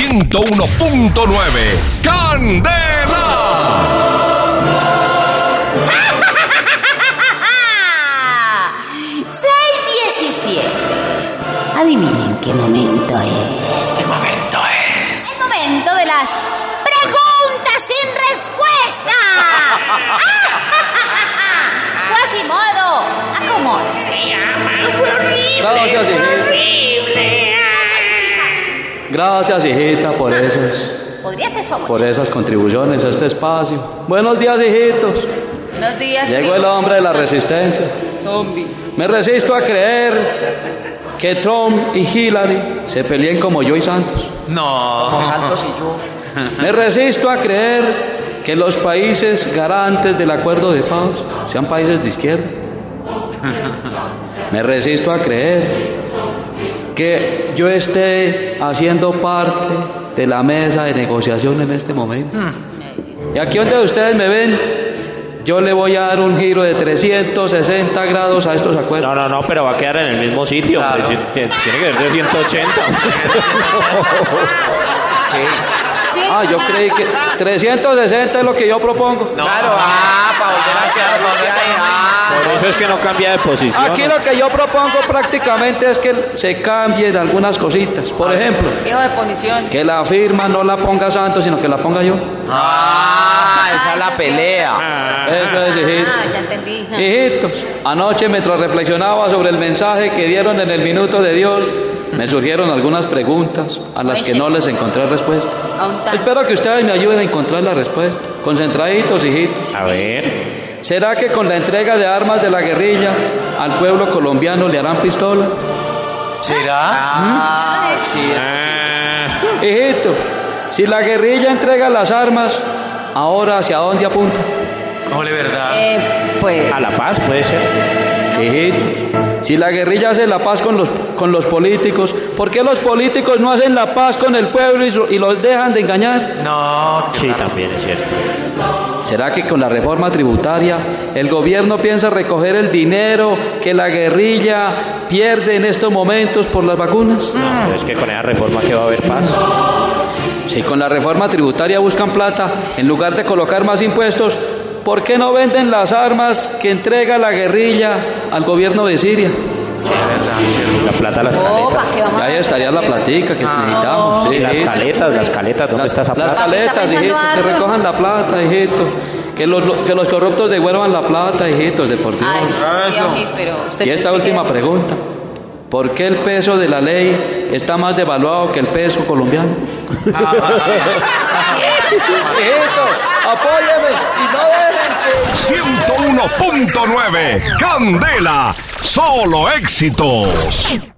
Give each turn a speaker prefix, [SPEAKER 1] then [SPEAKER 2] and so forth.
[SPEAKER 1] 101.9 Candela.
[SPEAKER 2] 617. Adivinen qué momento es.
[SPEAKER 3] ¿Qué momento es?
[SPEAKER 2] El momento de las preguntas sin respuesta. Quasimodo, acomódese.
[SPEAKER 3] ¡Ama! ¡Fue horrible!
[SPEAKER 4] Gracias,
[SPEAKER 3] fue
[SPEAKER 4] hijita.
[SPEAKER 3] horrible!
[SPEAKER 4] Gracias, hijita, por esos,
[SPEAKER 2] Podría ser su abuela.
[SPEAKER 4] por esas contribuciones a este espacio. Buenos días, hijitos.
[SPEAKER 2] Buenos días,
[SPEAKER 4] Llegó
[SPEAKER 2] primo.
[SPEAKER 4] el hombre de la resistencia.
[SPEAKER 2] Zombie.
[SPEAKER 4] Me resisto a creer que Trump y Hillary se peleen como yo y Santos.
[SPEAKER 3] No.
[SPEAKER 5] Santos y yo.
[SPEAKER 4] Me resisto a creer que los países garantes del acuerdo de paz sean países de izquierda. Me resisto a creer que yo esté haciendo parte de la mesa de negociación en este momento. Y aquí donde ustedes me ven, yo le voy a dar un giro de 360 grados a estos acuerdos.
[SPEAKER 6] No, no, no, pero va a quedar en el mismo sitio. hombre. Tiene tiene que ver de 180.
[SPEAKER 2] Sí.
[SPEAKER 4] Ah, yo creí que 360 es lo que yo propongo.
[SPEAKER 5] Claro, ah, para volver a quedar donde hay. Ah,
[SPEAKER 6] Por eso es que no cambia de posición.
[SPEAKER 4] Aquí
[SPEAKER 6] ¿no?
[SPEAKER 4] lo que yo propongo prácticamente es que se cambien algunas cositas. Por ejemplo,
[SPEAKER 2] Viejo de posición.
[SPEAKER 4] que la firma no la ponga Santos, sino que la ponga yo.
[SPEAKER 5] ah, esa es la pelea.
[SPEAKER 4] Eso es,
[SPEAKER 2] Ah,
[SPEAKER 4] hijitos.
[SPEAKER 2] ya entendí.
[SPEAKER 4] Hijitos, anoche mientras reflexionaba sobre el mensaje que dieron en el minuto de Dios, me surgieron algunas preguntas a las que no les encontré respuesta.
[SPEAKER 2] A un tal.
[SPEAKER 4] Espero que ustedes me ayuden a encontrar la respuesta. Concentraditos, hijitos.
[SPEAKER 6] A ver.
[SPEAKER 4] ¿Será que con la entrega de armas de la guerrilla al pueblo colombiano le harán pistola?
[SPEAKER 5] ¿Será? Ah, sí, es-
[SPEAKER 6] Ah,
[SPEAKER 4] Hijito, si la guerrilla entrega las armas, ahora hacia dónde apunta.
[SPEAKER 5] Ole, verdad.
[SPEAKER 2] Eh, pues.
[SPEAKER 6] a La Paz puede ser.
[SPEAKER 4] Hijitos, si la guerrilla hace la paz con los, con los políticos, ¿por qué los políticos no hacen la paz con el pueblo y, su- y los dejan de engañar?
[SPEAKER 5] No,
[SPEAKER 6] Sí, también es cierto.
[SPEAKER 4] ¿Será que con la reforma tributaria el gobierno piensa recoger el dinero que la guerrilla pierde en estos momentos por las vacunas?
[SPEAKER 6] Pero es que con esa reforma que va a haber paz.
[SPEAKER 4] Si con la reforma tributaria buscan plata, en lugar de colocar más impuestos, ¿por qué no venden las armas que entrega la guerrilla al gobierno de Siria?
[SPEAKER 6] La plata, las
[SPEAKER 2] Opa,
[SPEAKER 6] caletas.
[SPEAKER 2] que vamos
[SPEAKER 4] Y ahí
[SPEAKER 2] a-
[SPEAKER 4] estaría la platica que necesitamos.
[SPEAKER 2] no.
[SPEAKER 4] sí,
[SPEAKER 6] Ah, Las
[SPEAKER 4] hijito.
[SPEAKER 6] caletas, las caletas. ¿Dónde está esa
[SPEAKER 4] Las
[SPEAKER 6] plata?
[SPEAKER 4] caletas,
[SPEAKER 2] pensando
[SPEAKER 4] hijitos, que
[SPEAKER 2] harto.
[SPEAKER 4] recojan la plata, hijitos. Que los, que los corruptos devuelvan la plata, hijitos, de por Dios.
[SPEAKER 2] Ah, eso sí,
[SPEAKER 5] Eso.
[SPEAKER 2] sí, pero usted
[SPEAKER 4] Y esta
[SPEAKER 2] tiene que-
[SPEAKER 4] última pregunta. ¿Por qué el peso de la ley está más devaluado que el peso colombiano?
[SPEAKER 2] Ah,
[SPEAKER 4] Hijitos, apóyame y no dejen que...
[SPEAKER 1] 101.9 Candela. Solo éxitos.